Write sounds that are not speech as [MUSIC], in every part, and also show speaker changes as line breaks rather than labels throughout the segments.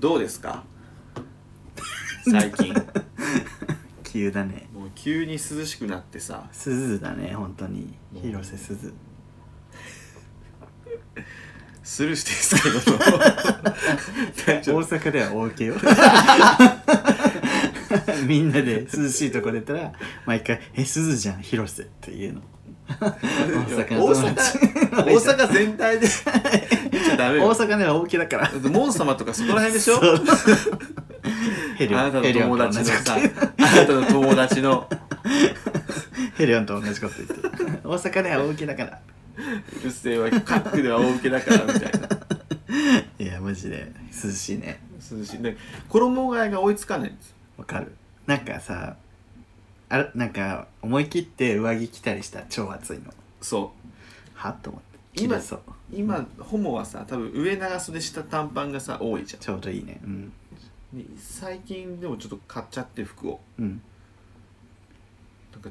どうですか [LAUGHS] 最近
急だね
もう急に涼しくなってさ
鈴だね本当に
うん
広瀬すず
スルーしていいですけど
大
大丈夫
阪では OK
[LAUGHS]
よみんなで涼しいとこ出たら毎回「え鈴じゃん広瀬」っていうの [LAUGHS] 大阪の友達
大阪全体で言っちゃダメ
大
よ
阪では OK だから
モン様とかそこら辺でしょ
そうヘ
あ
リオ
な
ン
たの
ヘリオ
友
ンと同
達
じ
の
こと
さあなたの友達の
ヘリオンと同じこと言ってる大阪では OK だから
うるせえわカックでは大受けだからみたいない
やマジで涼しいね
涼しいで衣替えが追いつかないんです
わかるなんかさあれなんか思い切って上着着たりしたら超暑いの
そう
はっと思って着
今
れそう
今ホモはさ多分上長袖下短パンがさ多いじゃん
ちょうどいいねうん
で最近でもちょっと買っちゃって服を
うん
なんか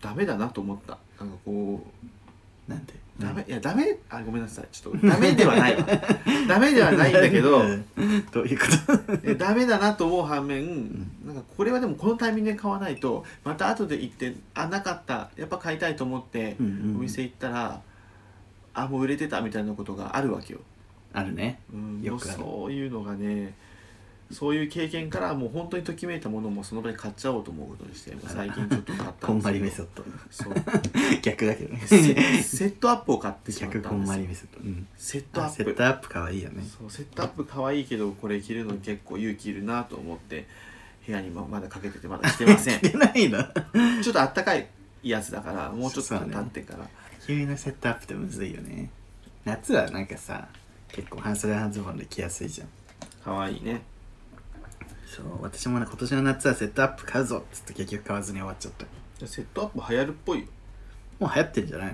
ダメだなと思ったなんかこう
なんで
ダメいやダメあごめんなさいちょっとダメでは [LAUGHS] ないわダメではないんだけど
うん [LAUGHS] どういうこと
えダメだなと思う反面、なんかこれはでもこのタイミングで買わないとまた後で行ってあなかったやっぱ買いたいと思って
う
お
んうんうん
店行ったら、あもう売れてたみたいなことがあるわけよ。
あるね
うん、
よくある
もうそういうのがねそういう経験からもう本当にときめいたものもその場で買っちゃおうと思うことにしてもう最近ちょっと買った
こんまりメ
で
ソ
す
ッド
そう
逆だけどね
セセットアップを買ってしまっ
逆
た
こ
ん
ん
で
ますり
よ
メソッドうん
セットア
あ
ップ
セットアップかわいいよね
そうセットアップ可愛いけどこれ着るの結構勇気いるなと思って部屋にもまだかけててまだ着てま
[LAUGHS]
せん
着てないの
ちょっとあったかいやつだからもうちょっと経ってから、
急のセットアップってむずいよね夏はなんかさ結構半袖半ズボンで着やすいじゃん
可愛いね
そう私もね今年の夏はセットアップ買うぞっつって結局買わずに終わっちゃった
セットアップ流行るっぽいよ
もう流行ってんじゃないの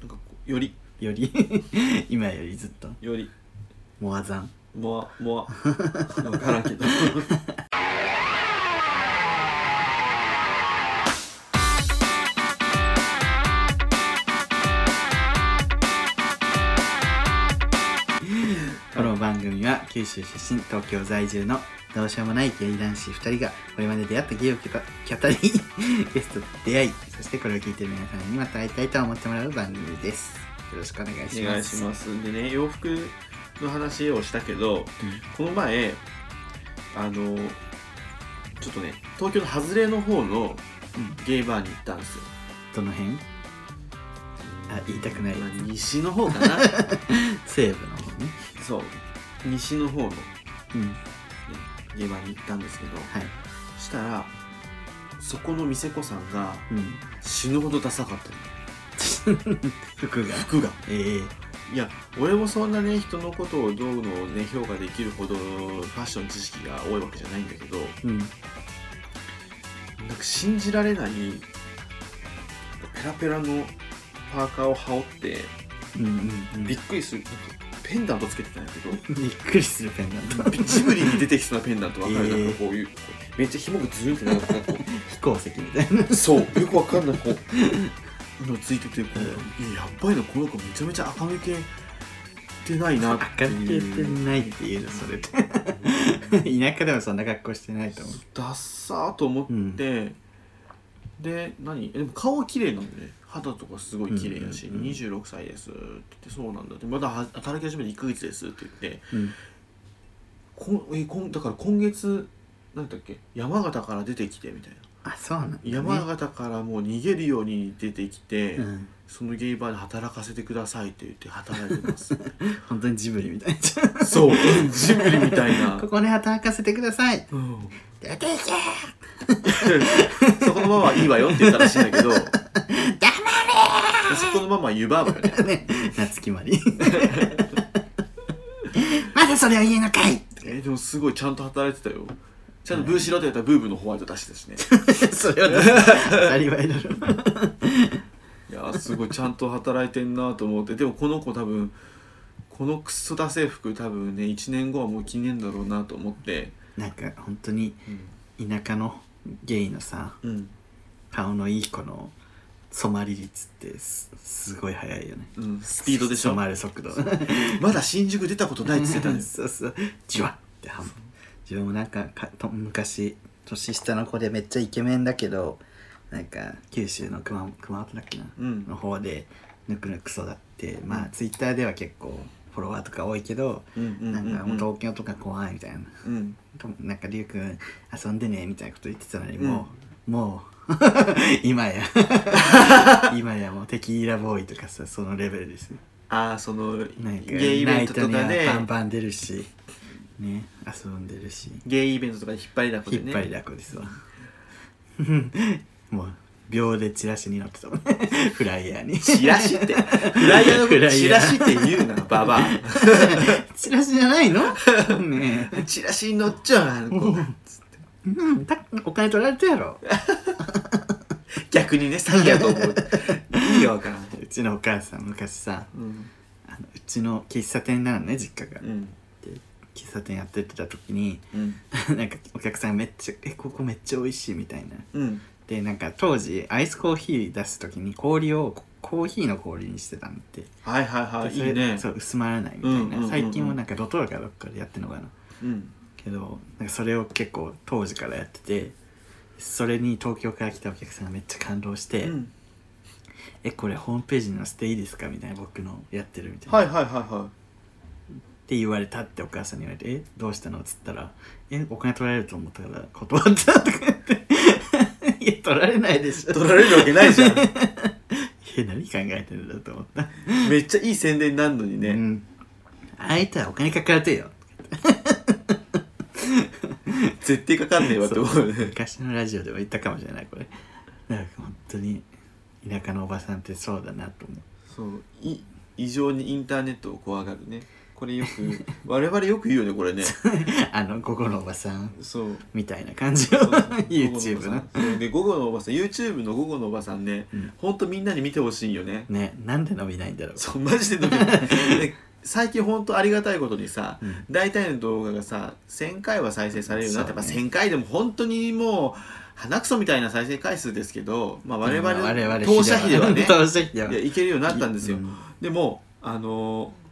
なんかこうより
より [LAUGHS] 今よりずっと
より
モアザン
もわ
[LAUGHS]
もわ分からんけど
この番組は九州出身東京在住のどうしようもない芸男子2人がこれまで出会った芸を語語りゲストと出会いそしてこれを聞いてる皆さんにまた会いたいと思ってもらう番組ですよろしくお願いします
お願いしますでね洋服の話をしたけどこの前あのちょっとね東京の外れの方の
うん
ゲイバーに行ったんですよ
どの辺あ言いたくない
まあ西の方か
[LAUGHS]
な
西部の方ね
そう西の方のね
うん
ゲバーに行ったんですけど
はい
したらそこの店子さんが
うん
死ぬほどダサかったの
服が
服が
ええ
いや俺もそんなね人のことをどうのをね評価できるほどファッション知識が多いわけじゃないんだけど
うん
なんか信じられないペラペラのパーカーを羽織って
うんうんうん
びっくりするなんかペンダントつけてたんだけど
びっくりするペンダント
ジブリに出てきそうなペンダントわかる、
えー
なんかこういうこうめっちゃ紐がズーンってなんかこ
飛行石みたいな
うそうよくわかんないこうのついててこう、いややっぱりなこの子めちゃめちゃ垢抜けてないなって
赤抜
い
け
う
てないって言うのそれって田舎でもそんな格好してないと思う
ダッサーと思って、
うん
で何えでも顔は綺麗なんでね肌とかすごい綺麗やし、
うんうんうん
26歳ですって言ってそうなんだってまだは働き始めて1ヶ月ですって言って
うん
こんえこんだから今月何だっけ山形から出てきてみたいな
あそうなんだ、ね、
山形からもう逃げるように出てきて、
うん
そのゲイバーで働かせてくださいって言って働いてます
[LAUGHS] 本当にジブリみたい
そううんジブリみたい
な
な
こ、こで働かせてください
うん、
出ていけ
そこのままはいいわよって言ったらしいんだけど黙れそこのままは湯婆婆よね
ね夏木まり [LAUGHS] まだそれを言うのかい [LAUGHS]
えーでもすごいちゃんと働いてたよちゃんとブーしろって言ったらブーブーのホワイト出してた
[LAUGHS]
しね
それは当たり前だろ
いやーすごいちゃんと働いてんなと思ってでもこの子多分このクソダセ服多分ね1年後はもう着ねえんだろうなと思って
なんか本当に田舎のゲイのさ
うん
顔のいい子の染まり率ってすすごい早いよね
うん、スピードでしょ
染まる速度
まだ新宿出たことないって言ってたんです
そうそうじわってはん自分もなんかかと昔年下の子でめっちゃイケメンだけどなんか九州の熊熊本だっけな
うん
の方でぬくぬく育ってまあツイッターでは結構フォロワーとか多いけど
うんうん
なんかもう
うん
東京とか怖いみたいな
うん
となんか龍くん遊んでねみたいなこと言ってたのに
うん
もう、もう [LAUGHS]
[LAUGHS]
今や今やもうテキーラボーイとかさそのレベルですね
ああその
なんか
ゲイイベントとか
ナイトに
で
はバンバン出るしね遊んでるし
ゲイイベントとかで引っ張りだこで
引っ
ね
張りだこですわ [LAUGHS] もう秒でチラシに載ってたもん [LAUGHS] ねフライヤ
[LAUGHS]
ーに
チラシってフライヤーのこ
フラ
と
イヤ
チラ
ー
シって言うなババ
[LAUGHS] チラシじゃな
[LAUGHS]
いのね
アチラシに乗っちゃうなあの子
え、うん、たお金取られたやろ
逆にね詐欺やと思う意味がわからん
うちのお母さん昔さ
うん
あのうちの喫茶店なのね実家が、
うん
喫茶店やってた
[LAUGHS]
時に
うん
なんかお客さんめっちゃ「えここめっちゃ美味しい」みたいな
うん
でなんか当時アイスコーヒー出す時に氷をココーヒーの氷にしてたんで
はいはいはい
でそ
い
れ
いね
そう薄まらないみたい
うんうん
な、
うんうん
最近もなんかドトールかどっかでやってんのかな
うん
けどなんかそれを結構当時からやっててそれに東京から来たお客さんがめっちゃ感動して「
うん
えこれホームページに載せていいですか?」みたいな僕のやってるみたいな、
はいはいはいは
って言われたってお母さんに言われて「えどうしたの?」っつったら「えお金取られると思ったから断った」とか言って [LAUGHS] 「いや取られないでしょ」
い取られるわけないじゃ
[LAUGHS]
ん
え何考えてるんだと思った
めっちゃいい宣伝になるのに
う
ね
ん、あいたらお金かかるてよ
絶対かかんねえわって思うよね
昔のラジオでも言ったかもしれないこれなんか本当に田舎のおばさんってそうだなと思う
そうい異常にインターネットを怖がるねこれよく [LAUGHS] 我々よく言うよねこれね
あの午後のおばさん
そう
みたいな感じを
そう
YouTube
そ
の
うで午後のおばさん YouTube の午後のおばさんね、
うん
ほんとみんなに見てほしいよね
ねなんで伸びないんだろう
そうマジで伸びない
[LAUGHS]
で最近ほんとありがたいことにさ、
うん
大体の動画がさ1000回は再生されるようになって、
そう
まあ
ね
1000回でも本当にもう鼻くそみたいな再生回数ですけど、まあ、我々,、
まあ我々
当社費では
[LAUGHS]
ね
当社費ではい
やいけるようになったんですよ、
うん
でもあのー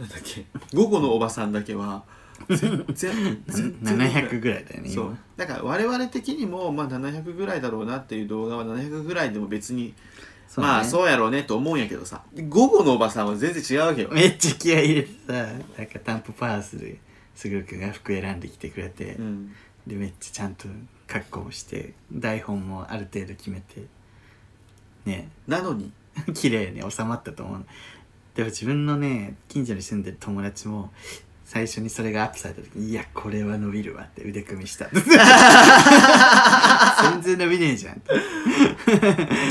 なんだっけ午後のおばさんだけは全然
[LAUGHS]
全然
700ぐらいだよね
そう
今
だから我々的にも、まあ、700ぐらいだろうなっていう動画は700ぐらいでも別に、
そうね
まあそうやろうねと思うんやけどさ午後のおばさんは全然違うわけよ、
めっちゃ気合い入れてさなんかタンポパースですぐるくんが服選んできてくれて、
うん、
でめっちゃちゃんと格好をして台本もある程度決めてね [LAUGHS]
なのに
綺麗に収まったと思うでも自分のね近所に住んでる友達も最初にそれがアップされた時に「いやこれは伸びるわ」って腕組みした [LAUGHS] 全然伸びねえじゃんって、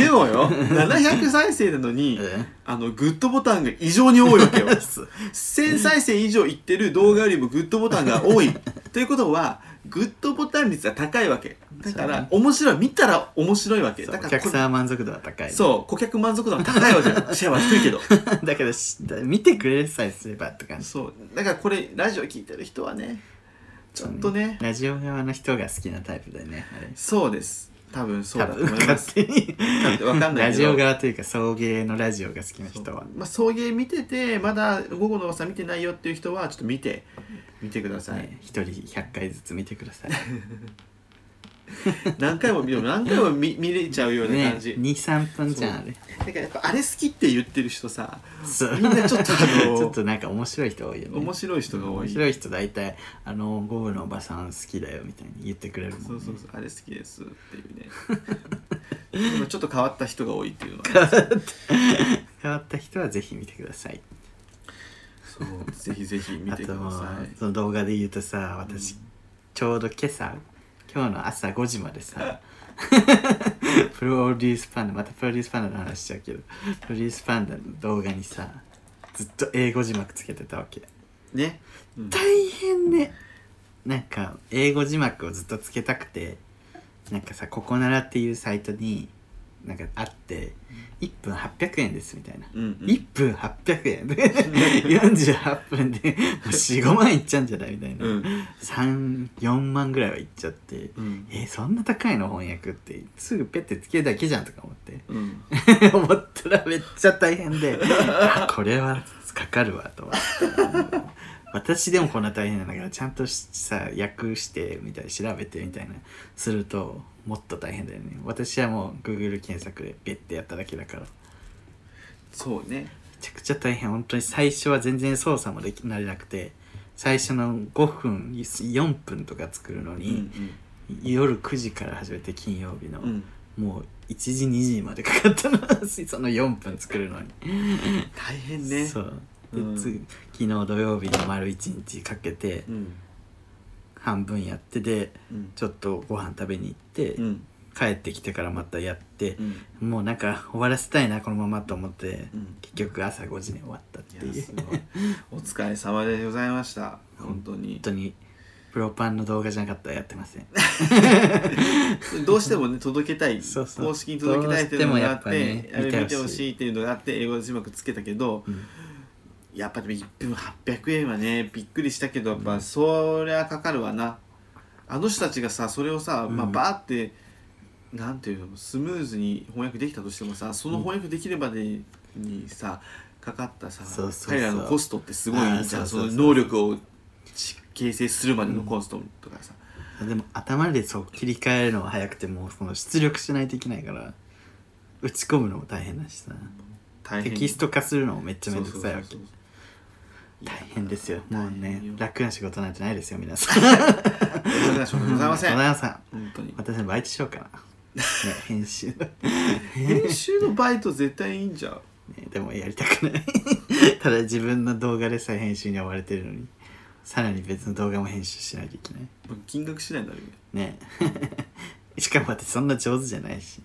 でもよ700再生なのに
う
あのグッドボタンが異常に多いわけ
[LAUGHS]
よ
んそう
1000再生以上いってる動画よりもグッドボタンが多いということはグッドボタン率が高いわけだか
そう
ら
ね
面白い見たら面白いわけ
そ
だ
う
か
お
らこ
客
れ
さん満足度は高い
そう顧客満足度が高いわけよシェアは低いけど
[LAUGHS] だけどし見てくれさえすればって感じ
そうだからこれラジオ聞いてる人はねちょっとね
ラジオ側の人が好きなタイプだよねあれ
そうです多分そう
多
だと
分
思いま
勝
す
手に
多分わかんない
ラ
け
ジ
ど
オ側というか送迎のラジオが好きな人は
まあ、送迎見ててまだ午後の朝見てないよっていう人はちょっと見て見てください、
ね一、人100回ずつ見てください
[LAUGHS] 何回も見ても何回も
[LAUGHS]
見見れちゃうような
ね
感じ、
23分じゃんあれ
だからやっぱあれ好きって言ってる人さ
そう
みんなちょっとあの
[LAUGHS] ちょっとなんか面白い人多いよね
面白い人が多
面
い
白い人大体あの午後のおばさん好きだよみたいに言ってくれるもん、ね、
そうそうそうあれ好きですっていうねでもちょっと変わった人が多いっていうのは
変わった人はぜひ見てください
そうぜひぜひ見てくだ
あと
さ
もう
い
その動画で言うとさ私、
うん
ちょうど今朝今日の朝5時までさ [LAUGHS] プロデュースパンダまたプロデュースパンダの話しちゃうけどプロデュースパンダの動画にさずっと英語字幕つけてたわけ
ね、うん
大変ねなんか英語字幕をずっとつけたくてなんかさ「ここなら」っていうサイトになんかあって1分800円ですみたいな
うんうん
1分800
[LAUGHS]
円48分でもう45万いっちゃうんじゃないみたいな、
うん
34万ぐらいはいっちゃって
うん
えそんな高いの翻訳ってすぐペッてつけるだけじゃんとか思って [LAUGHS]
うん
思ったらめっちゃ大変であこれはかかるわと思って私でもこんな大変なんだからちゃんとしさ訳してみたいな調べてみたいなするともっと大変だよね私はもう Google 検索でベッてやっただけだからめ
そうね
ちゃくちゃ大変本当に最初は全然操作もでき慣れなくて最初の5分4分とか作るの
う
に、
ん
夜9時から始めて金曜日の、
うん、うん、
もう1時2時までかかったの [LAUGHS] その4分作るのに
大変ね、
そううで、
うん
つ昨日土曜日の丸一日かけて
ん
半分やってで
うん
ちょっとご飯食べに行って、
うん
帰ってきてからまたやって
う、ん、
もうなんか終わらせたいなこのままと思って、
うん
結局朝5時に終わったっていう
いや
本
すごいお疲れ様でございました本当に
当にプロパンの動画じゃなかったらやってません [LAUGHS]
どうしてもね届けたい
そうそう
公式に届けたいっていうのがあって
どうしてもやっぱ
あ
ね
れ見
見てほしい
てほしいっていうのがあって英語で字幕つけたけど、
うん
やっぱでも1分800円はねびっくりしたけどやっぱそりゃかかるわなあの人たちがさそれをさ、まあ、
うん
バーって、なんていうのスムーズに翻訳できたとしてもさその翻訳できればで、にさかかったさ
そうそうそう
彼らのコストってすごい
あー
じゃんそ
そ
う
そうそう
の能力をし形成するまでのコストとかさ、
でも頭でそう切り替えるのは早くてもうその出力しないといけないから打ち込むのも大変だしさ
大
テ
変
キスト化するのもめっちゃめんどくさいわ
そ
け
うそう
大変ですよもうね
大変よ
楽な仕事なんてないですよ皆さん
そうそうございません
ございません
本当に
私のバイトしようかな、ね、編集、ね、
編集のバイト絶対いいんじゃん
でもやりたくない [LAUGHS] ただ自分の動画でさえ編集に追われてるのにさらに別の動画も編集しないといけない
金額次第になるよ
ね [LAUGHS] しかも私そんな上手じゃないし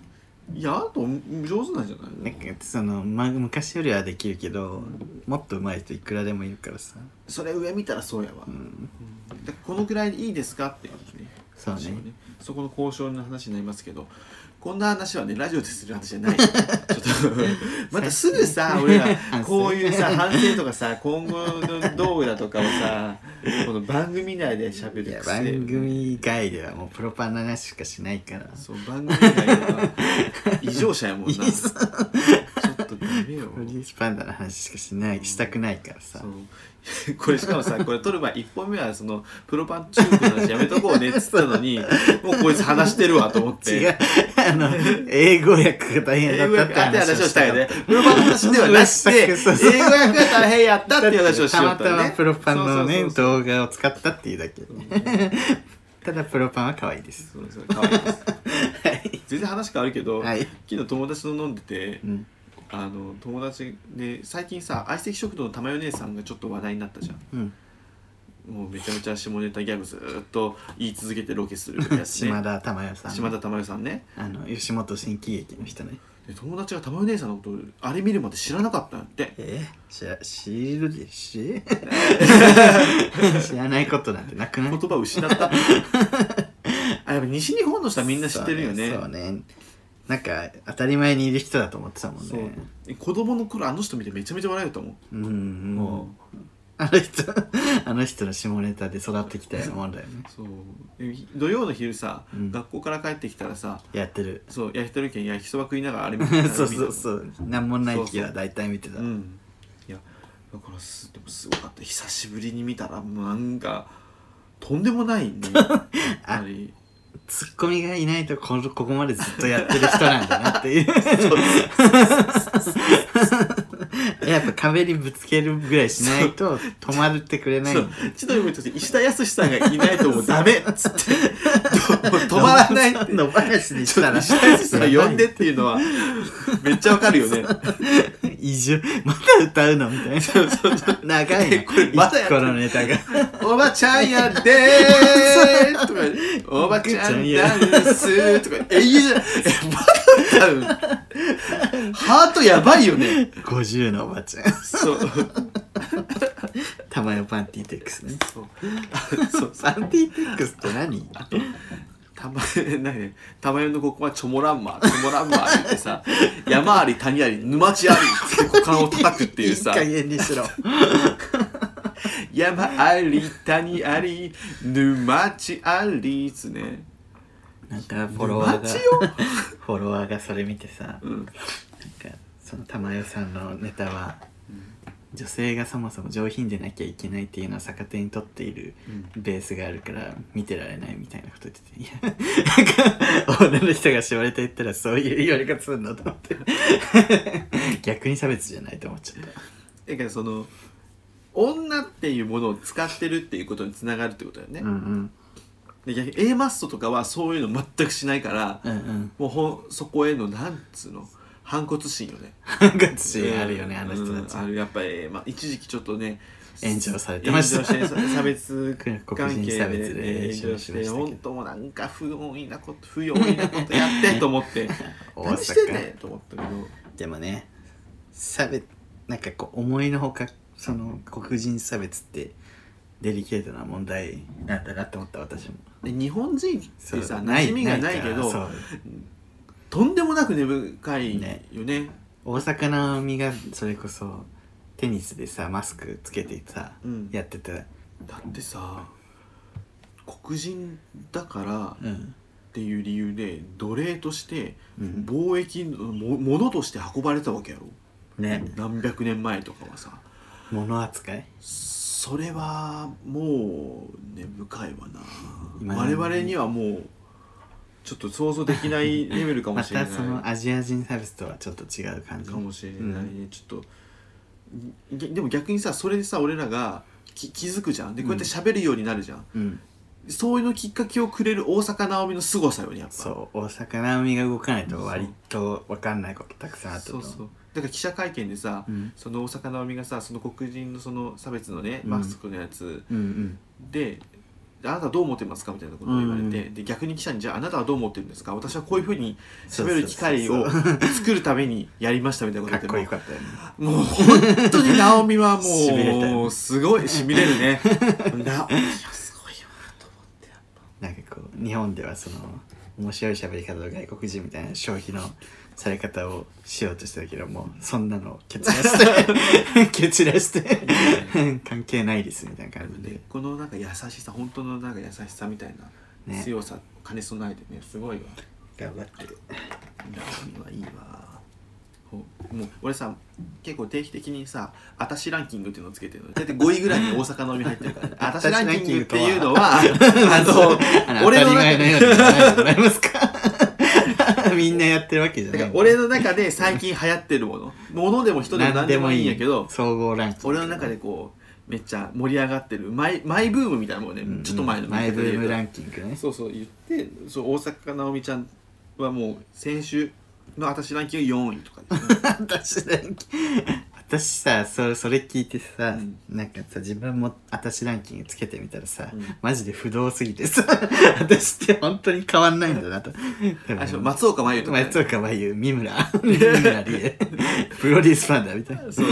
いやあと上手なんじゃないの
なんかその、ま、昔よりはできるけどもっと上手い人いくらでもいるからさ
それ上見たらそうやわ、
うん
だからこのくらいでいいですかっていうね
そうね
話をそこの交渉の話になりますけどこんな話はねラジオでする話じゃないちょっと
[LAUGHS]
またすぐさ俺ら
反省
こういうさ反省とかさ今後の道具だとかをさこの番組内で喋
い
る
や
癖
番組以外ではもうプロパンの話しかしないから
そう番組内では異常者や
[LAUGHS]
もんなちょっとダメよ
プロデュースパンダの話しかしないしたくないからさ
そうこれしかもさこれ撮る前1本目はそのプロパンチューブの話やめとこうねっつったのに
[LAUGHS]
もうこいつ話してるわと思って
違う [LAUGHS] あの英語訳が大変
英
だ
語
ったっ
訳
て
あって話をしたいよね
か
[LAUGHS]
っ
プロパンの話ではなくて英
そう
語
そう
訳が大変やった
た
っていう話をしよう
たまたまプロパンのね
そうそう
動画を使ったっていうだけただプロパンは可愛いです
そうそうそうそう可愛いです
はい
全然話変わるけど、
はい
昨日友達と飲んでて
うん
あの友達で最近さ相席食堂の玉代姉さんがちょっと話題になったじゃん
うん
もうめちゃめちゃ下ネタギャグずーっと言い続けてロケするやつね
[LAUGHS] 島田珠代さん
島田珠代さんね
あの吉本新喜劇の人ね
で友達が玉代姉さんのことあれ見るまで知らなかったんやって
え知ら知るでし [LAUGHS] 知らないことなんてなくない
言葉を失った
[LAUGHS]
あやっぱ西日本の人はみんな知ってるよね
そうねそうねなんか当たり前にいる人だと思ってたもんね
そう子供の頃あの人見てめちゃめちゃ笑えたもん
うんもうあの人あの人の下ネタで育ってきたようなもんだよね
そうで土曜の昼さ、
うん
学校から帰ってきたらさ
やってる
そう焼き鳥県焼きそば食いながらあれ見てた
[LAUGHS] そうそう
う
そうなんもない気は大体見てた
うんいやだからすでもすごかった久しぶりに見たらもうなんかとんでも [LAUGHS] ないねやっぱり
ツッコミがいないとこここまでずっとやってる人なんだなって [LAUGHS] いうやっぱ壁にぶつけるぐらいしないと止まってくれない
そう千鳥も言ってたけど石田康さんがいないともうダ [LAUGHS] メっつってどうもう止まらないって
野放しにし
ちょ
た
っと
ら
石田康さん呼んでっていうのはめっちゃわかるよね
移住また歌うのみたいな長いな
これまだやっ
一
て
個
る
のネタが
「おばちゃんやでー」とか「おばちゃんダンス」とか「えいえまだ歌 [LAUGHS] うハートやばいよね
50のおばちゃん
そう
たまよパンティーテックスね
[LAUGHS] そうそう
パンティーテックスって何
たまなんかねたまよのここはチョモランマーチョモランマーって言って
[LAUGHS]
さ山あり谷あり沼地ありって股間を叩くっていうさ
いい加減にしろ
山あり谷あり沼地ありっつね
なんかフォロワー
沼
が
地よ
フォロワーがそれ見てさ、
うん
なんかその玉代さんのネタは女性がそもそも上品でなきゃいけないっていうのを逆手に取っているベースがあるから見てられないみたいなこと言ってていやなんか女の人が絞れていったらそういう言われ方するのと思って逆に差別じゃないと思っちゃった
だからその女っていうものを使ってるっていうことにつながるってことだよね、
うんうん
で逆に A マストとかはそういうの全くしないから、
うんうん [LAUGHS]
もうほんそこへのなんつうの反骨心よね
ハンカチあるよねあの人たち
うんあるやっぱり、まあ、一時期ちょっとね
炎上されてました
炎上して差別
黒
関
人
係
差別
で
で
炎上し
炎上してま
て
したけど
本当もうなんか不穏意なこと不用意なことやってと思って [LAUGHS]
大
何してんねんと思ったけど
でもね差別なんかこう思いのほかその黒人差別ってデリケートな問題なんだなって思った私も
で日本人ってさ
そう
馴染みがないけど
からそう
とんでもなく根深いよね
大阪なおみがそれこそテニスでさマスクつけてさ、
うん
やってた、
だってさ黒人だからっ
うん、
ていう理由で奴隷として
うん
貿易のも物として運ばれたわけやろ
ね
何百年前とかはさ
物扱い
それはもう根深いわ
今
な
の
我
ね
々にはもうちょっと想像できないレベルかも
ま
しれな
た
い
そのアジア人差別とはちょっと違う感じ
かもしれないね、
う
ちょっとぎでも逆にさそれでさ俺らがき気づくじゃんでこうやって喋るようになるじゃん、
うん、
そういうのきっかけをくれる大坂なおみの凄さよねやっぱ
そう大阪なおみが動かないと割と分かんないことたくさんあったと
そう
思
そうだから記者会見でさ、
うん
その大坂なおみがさその黒人のその差別のね
うん
マスクのやつ
うんうん
で、であなたはどう思ってますかみたいなことを言われて、
う
で逆に記者にじゃああなたはどう思ってるんですか私はこういうふうに
そうそ
喋
うそう
る機会を作るためにやりましたみたいなこ
か
と
っ
言
こよ
って
かったよね
もうもう本当に直美
[LAUGHS]
は
痺れた
も
よ
うすごいしみれ
[LAUGHS]
るねな美はすごいよなと思ってやっぱ
なんかこう日本ではその面白い喋り方と外国人みたいな消費のされ方をしようとしてたけどもそんなの蹴散ら
[LAUGHS]
して蹴散らして関係ないですみたいな感じで
ね、このなんか優しさ本当のなんか優しさみたいな
ね
強さ、兼ね備えてねすごいわ
頑張ってる
ラーメンはいいわほもう俺さ結構定期的にさ「あたしランキング」っていうのをつけてるの大体5位ぐらいに大阪のおみ入ってるから、ね「
[LAUGHS]
あたしランキング」っていうのはあの
当
俺
た
の中
り前のよう
で
にじゃないでございますかみんなやってるわけじゃ
だ
な
から
い
俺の中で最近流行ってるものものでも人でも何でもいいんやけど
総合ランキング
俺の中でこうめっちゃ盛り上がってるマイマイブームみたいなもんね、ちょっと前の
マイブームラ
ン
ンキングね
そうそう言ってそう大阪なおみちゃんはもう先週のあたしランキング4位とかですね
[LAUGHS] 私ランキ私さそそれ聞いてさ、
うん
なんかさ自分も私ランキングつけてみたらさ、
うん
マジで不動すぎてさ [LAUGHS] 私って本当に変わんないんだなと
あそう松岡真優とかね、
松岡真優三村三村理恵 [LAUGHS] プロデュースファンだみたいな
そう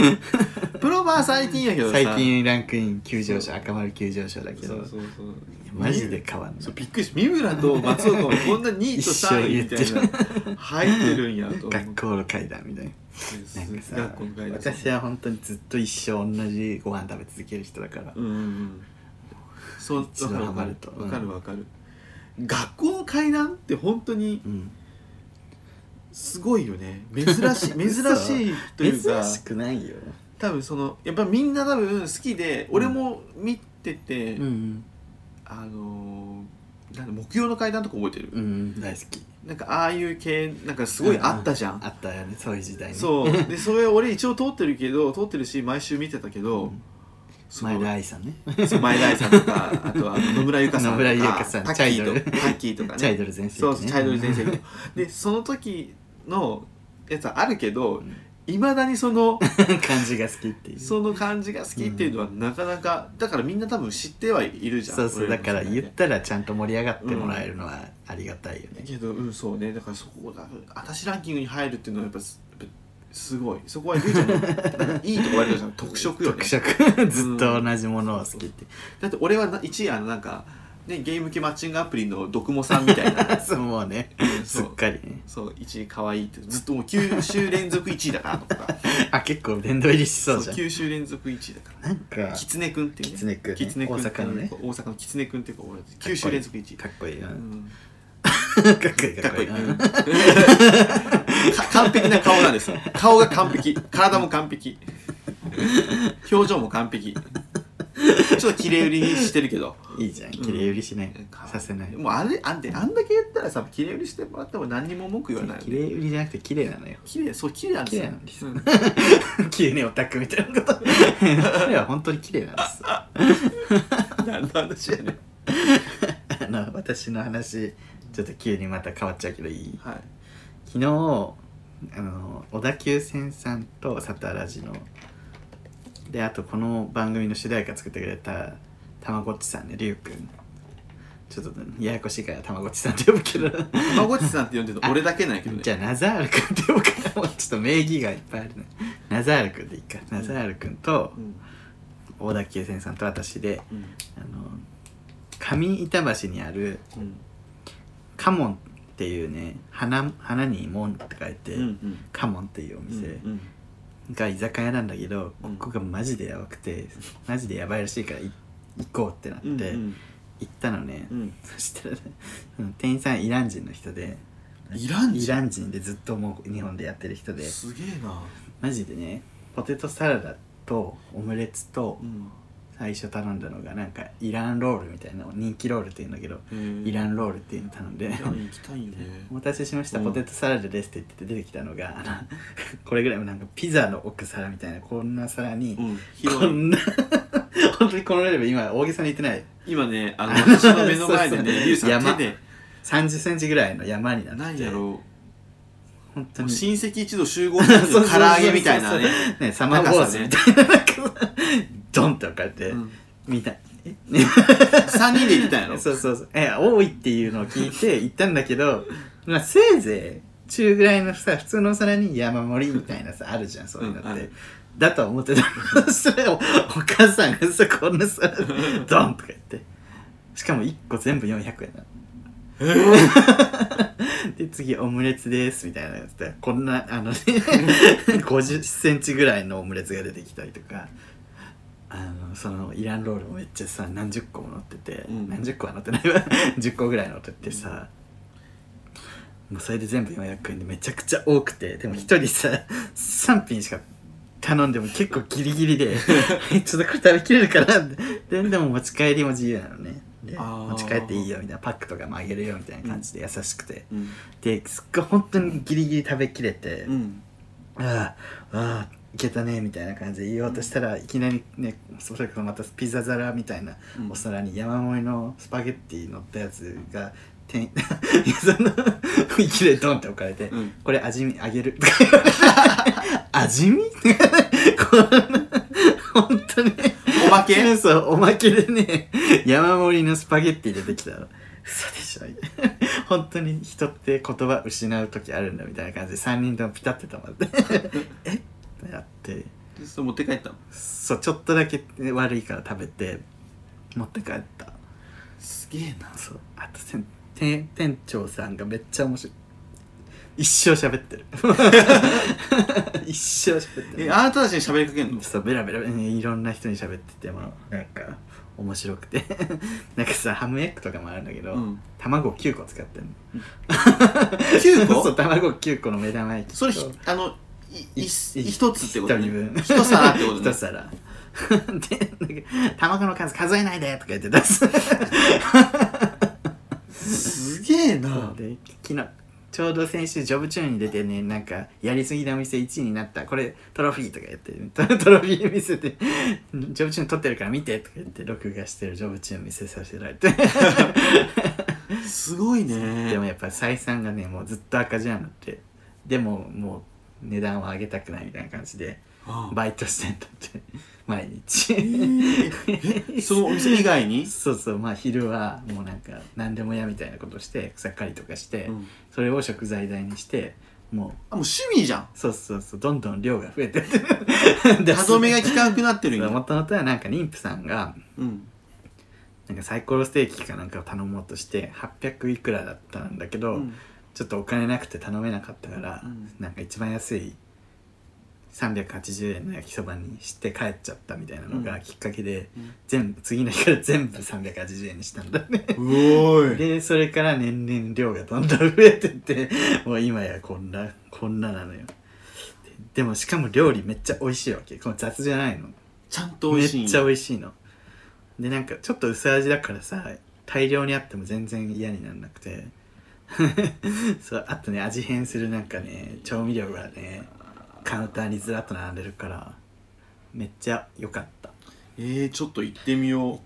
プロバー最近やけどさ
最近ランクイン急上昇赤丸急上昇だけど
そうそうそう
いやマジで変わんな
そう
い
びっくりした三村と松岡もこんな2位と3位みた
一緒言っ
いな入ってるんやと思って
学校の階段みたいななんかさ
学校の会
私は本当にずっと一生同じご飯食べ続ける人だから、
うんうんうんそう
一度
わ
ハ
か
マ
る
ると
わかるわかるわかる学校の階段って本当に
うん、
すごいよね珍
[LAUGHS]
しい珍しいというか
珍しくないよ、
多分そのやっぱみんな多分好きで俺も見てて、
うん
あのーなんだ木曜の階段とか覚えてる、
うん、大好き
なんかああいう系なんかすごいあったじゃん、
あったよねそういう時代ね
そうでそれ俺一応通ってるけど通ってるし毎週見てたけど、
うん
その
前田愛さんね
そう前田愛さんとかあとはあの野村ゆかさんとか
野村ゆかさん
タッキ
チャイド
ー
ル
とタッキーとかね
チャイドル全盛期ね
そうそうチャイドル全盛期でその時のやつはあるけど
ん
いま、未だにそ
[LAUGHS]
の
[LAUGHS] 感じが好きっていう
その感じが好きっていうのはなかなかだからみんな多分知ってはいるじゃん
そうそう
俺
だ
の
か
世
ら
代ね
言ったらちゃんと盛り上がってもらえるのはありがたいよね、
けどうんそうねだからそこだ私ランキングに入るっていうのはやっぱすやっぱすごいそこはゆうちゃんの [LAUGHS] なんかいいとこ悪いとこじゃん特色よね
特色 [LAUGHS] ずっと同じものを好きって、
だって俺はな一位あのなんか、ね、ゲーム系マッチングアプリのドクモさんみたいな
そうもうね
うん
[LAUGHS] す
そ
っ
う
かりね
そう1位可愛いってずっともう9週連続1位だからとか
あ結構殿堂入りし [LAUGHS] そうじゃん
9週連続1位だから
なんか
キツネくんっていう、
キツネくんね
キツネくんっていう
大阪のね
大阪のキツネくんっていうか俺9週連続1位
かっこいいよ、
うん
[LAUGHS] かっこいい
か
か
っこ
っこ
い
い
い
い
うん [LAUGHS] か完璧な顔なんですよ顔が完璧体も完璧表情も完璧ちょっと綺麗売りにしてるけど
いいじゃん綺麗売りしない、させない
もうあれあんであんだけ言ったらさ綺麗売りしてもらっても何にも文句言わないよ
綺
ね
麗売りじゃなくて綺麗なのよ
綺麗そう綺麗なんですよ
綺麗なん [LAUGHS] 綺麗ねオタクみたいなこと [LAUGHS] 彼は本当に綺麗なんです [LAUGHS] あ
うん [LAUGHS] 何の話やねん
の私の話ちょっと急にまた変わっちゃうけどいい
はい
昨日あの小田急線さんとサタラジのであとこの番組の主題歌作ってくれたたまごっちさんねりゅうくんちょっとややこしいからたまごっちさんって呼ぶけど
たまごっちさんって呼んでるの俺だけなんやけどね
じゃあナザールくんって呼ぶからもうちょっと名義がいっぱいあるねナザールくんでいいかナザールくんと
うん
大田急線さんと私で
うん
あの上板橋にある
うん
カモンっていうね花花に門って書いて、
うんうん
カモンっていうお店、
うん
が居酒屋なんだけど
う
こ
ん
こがマジでやばくて、マジでやばいらしいからい行こうってなって、
うんう
行
ん
ったのね、
うん
そしたら、ね、その店員さんイラン人の人で
イラン人
イラン人でずっともう日本でやってる人です
げえな
マジでねポテトサラダとオムレツと
うん
最初頼んだのがなんかイランロールみたいな人気ロールっていうんだけど、イランロールっていうの頼んで、
イラン行きたいね
お待たせしました、
うん
ポテトサラダですって言って出てきたのがあのこれぐらいのなん [LAUGHS] かピザの奥皿みたいなこんな皿に、
うん
こ
広い
んな [LAUGHS] 本当にこのレベル今大げさに言ってない
今ねあの私の目の前で
そうそう
ねリュウさん
山
手で
3 0ンチぐらいの山になって
何やろ
本当
う
に
親戚一同集合して
そうそ
唐
う
揚げみたいなね
ねサマーボーズみたいななんかさドンって置かれて、
うん
みたいえ
三人で行ったんやろ
そうそうそうえ多いっていうのを聞いて行ったんだけど、まあ、せいぜい中ぐらいのさ普通のお皿に山盛りみたいなさあるじゃんそういうの
うん
っ
あ
て、
る
だと思ってたそれをお母さんがさこんなさドンとか言ってしかも1個全部400円なの
えー
[LAUGHS] で次オムレツですみたいなやつでこんなあのね [LAUGHS] 50センチぐらいのオムレツが出てきたりとかあのそのイランロールもめっちゃさ何十個も乗ってて、
うん
何十個は乗ってないわ [LAUGHS] 10個ぐらい乗っててさ、もうそれで全部400円でめちゃくちゃ多くてでも一人さ3品しか頼んでも結構ギリギリ
[LAUGHS]
でえちょっとこれ食べきれるかなででも持ち帰りも自由なのねで
あー
持ち帰っていいよみたいなパックとかもあげるよみたいな感じで優しくて、
うん
ですっごい本当にギリギリ食べきれて、
うん
ああああいけたねみたいな感じで言おうとしたら、いきなりねそれこそまたピザ皿みたいな
うん
お皿に山盛りのスパゲッティ乗ったやつがてんいや [LAUGHS] そのきれいドンって置かれて、
うん
これ味見あげるとか言われて [LAUGHS] 味見 [LAUGHS] こんな [LAUGHS] 本当に
おまけ
そうそうおまけでね山盛りのスパゲッティ出てきたの嘘でしょみたいな本当に人って言葉失う時あるんだみたいな感じで3人ともピタッて止まって [LAUGHS] えってなって
でそれ持って帰ったの
そうちょっとだけ悪いから食べて持って帰った
すげえな
そうあとせん店店長さんがめっちゃ面白い一生喋って [LAUGHS] る一生喋って
え
る
あなたたちに喋りかけんの
そうベラベラ、ね、いろんな人に喋っててもなんか面白くて [LAUGHS] なんかさハムエッグとかもあるんだけど、
うん
卵9個使ってんの
9
[LAUGHS] そう
個
卵9個の目玉焼きと
それひあのいい
い
一つってことね
一人分
[LAUGHS] 一皿ってことね
一皿 [LAUGHS] でなんか卵の数数えないでとか言って出す
すげえ
そう
な
で昨日ちょうど先週ジョブチューンに出てねなんかやりすぎなお店1位になったこれトロフィーとか言ってトトロフ [LAUGHS] ィー見せてジョブチューン撮ってるから見てとか言って録画してるジョブチューン見せさせられて
すごいね
でもやっぱ採算がねもうずっと赤字なのってでももう値段を上げたくないみたいな感じで
うん
バイトしてんだって [LAUGHS] 毎
え
日
ーえそのお店以外に
そうそうまあ昼はもうなんか何でもやみたいなことして草刈りとかして、
うん
それを食材代にして
あ
もう
もう趣味じゃん
そうそうそう、どんどん量が増えてって。
[LAUGHS]
で
歯止めが効かなくなってるん
そうも
や
ともとはなんか妊婦さんが、
うん
なんかサイコロステーキかなんかを頼もうとして、800いくらだったんだけ
う
ど、
ん
ちょっとお金なくて頼めなかったから、
うん
なんか一番安い380円の焼きそばにして帰っちゃったみたいなのがきっかけで、
うん
全部、次の日から全部380円にしたんだね。
うお [LAUGHS] ーい
で、それから年 [LAUGHS] 々量がどんどん増えてって、もう今やこんな、こんななのよ。ででもしかも料理めっちゃ美味しいわけこの雑じゃないの
ちゃんと美
めっ
味しいん
ちゃ美味しいのでなんかちょっと薄味だからさ大量にあっても全然嫌になんなくて [LAUGHS] そうあとね味変するなんかね調味料がねカウンターにずらっと並んでるからめっちゃ良かった
えー、ちょっと行ってみよ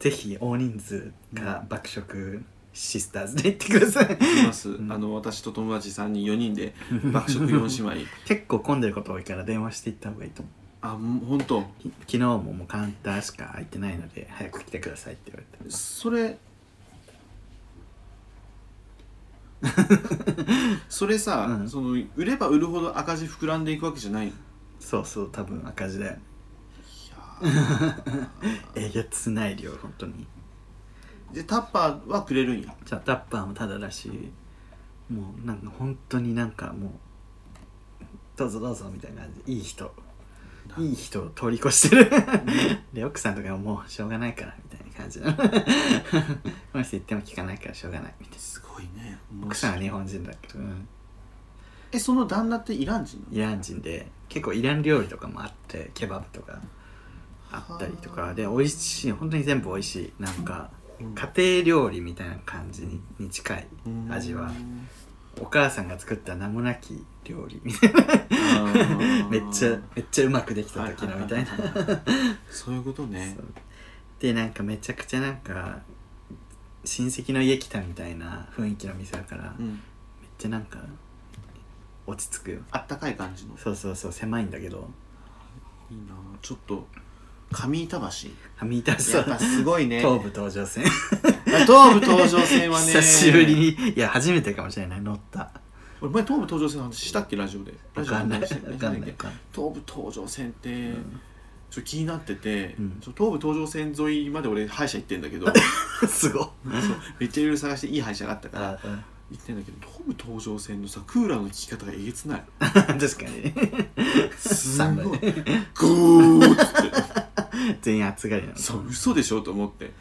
ぜひ大人数か爆食シスターズで行ってください
う行きます、
うん
あの私と友達3人4人
[LAUGHS]
で爆食4姉妹
結構混んでること多いから電話して行った方がいいと思う
あ本当
き昨日ももうカウンターしか空いてないので早く来てくださいって言われて
そ
[LAUGHS]
れそれさ、
うん
その売れば売るほど赤字膨らんでいくわけじゃないのい
そうそう多分赤字だよね [LAUGHS]
や
えげつない量本当に
ーでタッパーはくれるんや
じゃあタッパーもタダだしもうなんか本当になんかもうどうぞどうぞみたいな感じいい人いい人を通り越してる [LAUGHS] で奥さんとかももうしょうがないからみたいな感じなの [LAUGHS] この人言っても聞かないからしょうがないみたいな
すごいね
奥さんは日本人だけど、うん
えその旦那ってイラン人なの
イラン人で結構イラン料理とかもあってケバブとかあったりと
はあ
かで美味しい本当に全部美味しいなんか
うん
家庭料理みたいな感じにに近い味は
うん
お母さんが作った名もなき料理みたいな
あー
[LAUGHS] めっちゃめっちゃうまくできた時のみたいな
はははは [LAUGHS] そういうことね
そうでなんかめちゃくちゃなんか親戚の家来たみたいな雰囲気の店だから
う
めっ
ん
ちゃなんか落ち着くよ
あったかい感じの
そうそうそう狭いんだけど
いいなちょっと上板橋
はみ出しそ
や
う
っぱすごいね
東武東上線
あ東武東上線はね
久しぶりにいや初めてかもしれない乗った
俺前東武東上線の話したっけラジオでラ
わ
ジオ
か
で
んないわ
話したっけ
かんないわかんない
東武東上線って、
ん
ちょっと気になってて、
うん
ちょ東武東上線沿いまで俺歯医者行ってんだけど
[LAUGHS] すごっ
めっちゃいろいろ探していい歯医者があったから
あうん
行ってんだけど東武東上線のさクーラーの効き方がえげつない
[LAUGHS] 確かに
す
寒
ごい
い
ゴーッつって
全員暑がりなの
そう嘘でしょと思って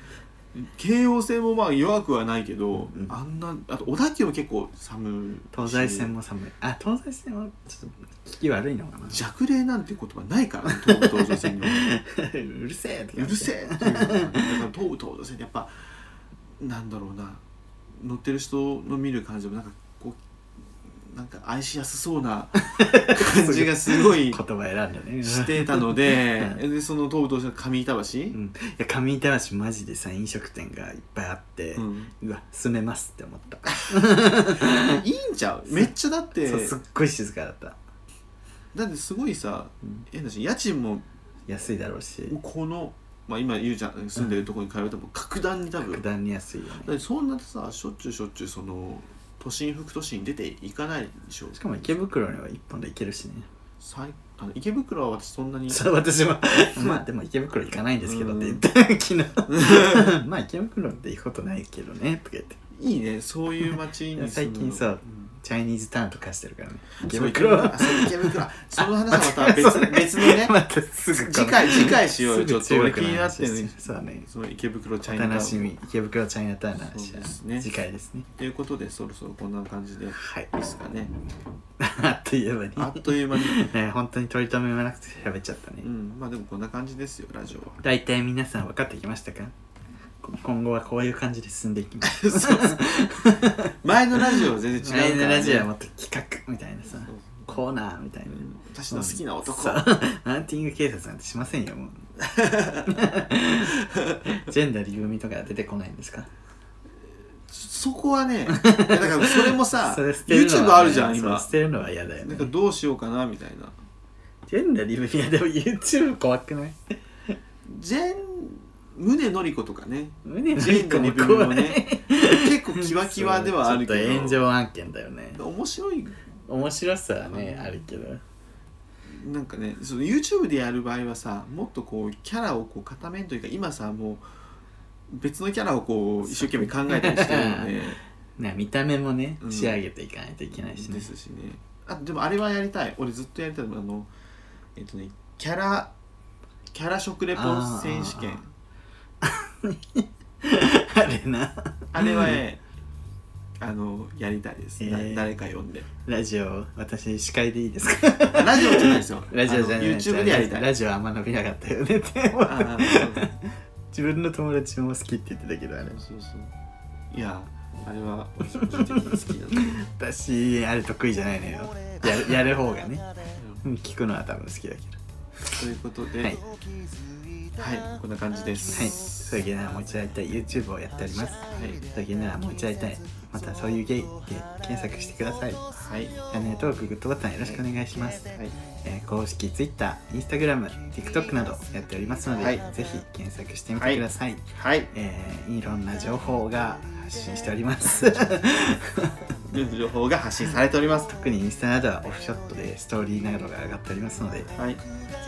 京王線もまあ弱くはないけど、
うん
あんなあと小田急も結構寒い
東西線も寒いあ東西線はちょっと聞き悪いの [LAUGHS] かな
弱冷なんて言葉ないからね東武東上
[LAUGHS]
線には
うるせえって
う
感じ
るせえっていうだから東武東上線ってやっぱなんだろうな乗ってる人の見る感じもなんかこうなんか愛しやすそうな感じがすごい
[LAUGHS] 言葉選んだね
してたのででその東武東上線の上板
う
橋、
ん、いや上板橋マジでさ飲食店がいっぱいあって、
う
うんわ住めますって思った
いいんちゃうめっちゃだって
そうすっごい静かだった、
だってすごいさ
うん
変だし家賃も
安いだろうし
この、まあ、今ゆうちゃん住んでるとこに比べても格段に多分
格段に安いよ
だっ
ね
てそんなさしょっちゅうしょっちゅうその都心副都心に出ていかないでしょ
しかも池袋には一本で行けるしね
最あの池袋は私そんなに
そう私は
[LAUGHS]
まあでも池袋行かないんですけどって言って [LAUGHS] 昨日
[LAUGHS]
まあ池袋って行くことないけどねとか言って
いいねそういう街に
最近
その
さチャイニーズタウンとかしてるからね
うん
池袋は
あそう池袋あその話はまた
[LAUGHS] そ
別
れ
別のね
またすぐ
次回次回しようよ
す
ちょ
ぐ
っと俺気
中国の
になっ
話
てる
してそうね
その池袋チャイ
お
ナタウン
楽しみ池袋チャイナタウンの話
そう
は
ですね
次回ですね
ということでそろそろこんな感じでいい
はい
ですかね
あっという間に
あっという
[LAUGHS]
間に
ね本当に取り留めもなくて喋っちゃったね、
うんまあでもこんな感じですよラジオは
大体皆さん分かってきましたかこ今後はこういう感じで進んでいきます
そうそう前のラジオは全然違
前
う
の
から、ね、
ラジオはもっと企画みたいなさ
そう
コーナーみたいな、
うん私の好きな男
そう [LAUGHS] ハンティング警察なんてしませんよ
[LAUGHS]
もうジェンダーリブミとか出てこないんですか
そこはねだからそれもさ
それ捨てるの
YouTube
は
あ
ね
るじゃん
そう
今
捨てるのは嫌だよ
なん
ね
かどうしようかなみたいな
ジェンダーリブミはでも YouTube 怖くない
ジェン宗のり子とか [LAUGHS] ね
胸
ジェンダーリブミもね結構キワキワではあるけ
ちょっと
ど
炎上案件だよね
面白い
面白さはねあるけど
なんかねその YouTube でやる場合はさもっとこうキャラをこう固めんというか今さもう別のキャラをこう一生懸命考えたりしてる [LAUGHS] ので
ね見た目もね
うん
仕上げていかないといけないしね
ですしねあでもあれはやりたい俺ずっとやりたいあのえっとねキャラキャラ食レポ選手権
あれな
あれはね、あのやりたいです、な
えー
誰か呼んで
ラジオ私司会でいいですか
ラジオじゃないですよ
[LAUGHS] ラジオじゃない
あの YouTube でやりたい
ラジオあんま伸びなかっ
[LAUGHS]
たよねって思う
あー
自分の友達も好きって言ってたけどあれ
そうそうそういやあれは個人的に好きだった
[LAUGHS] 私あれ得意じゃないのよやるやる方がねうん聞くのは多分好きだけど
ということで、は
はいい、
こんな感じです。
はい、そういうゲイなら持ち上げたい YouTube をやっております。はい、そういうゲイなら持ち上げたい。またそういうゲイで検索してください。チ
はい、
ャンネル登録、グッドボタンよろしくお願いします。
はい、
えー公式 Twitter、Instagram、TikTok などやっておりますので、
はい
ぜひ検索してみてください。
はい、
えーいろんな情報が発信しております。
情報が発信されております。
特にインスタなどはオフショットでストーリーなどが上がっておりますので、ぜ
はい、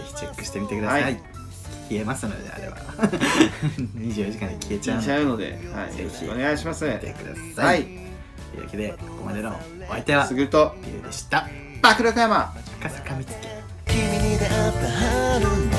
ひチェックしてみてください。
はい
消えますので、あ
[LAUGHS]
れは。24時間で消えちゃう
聞い
の
ち
で
ゃ。うので、はい、
ぜひ
よろしくお願いします。は
見て
い、
ください。というわけで、ここまでのお相手は
す、ぐると
ゆうでした。
爆力山。
赤坂みつき。
君に出会った春の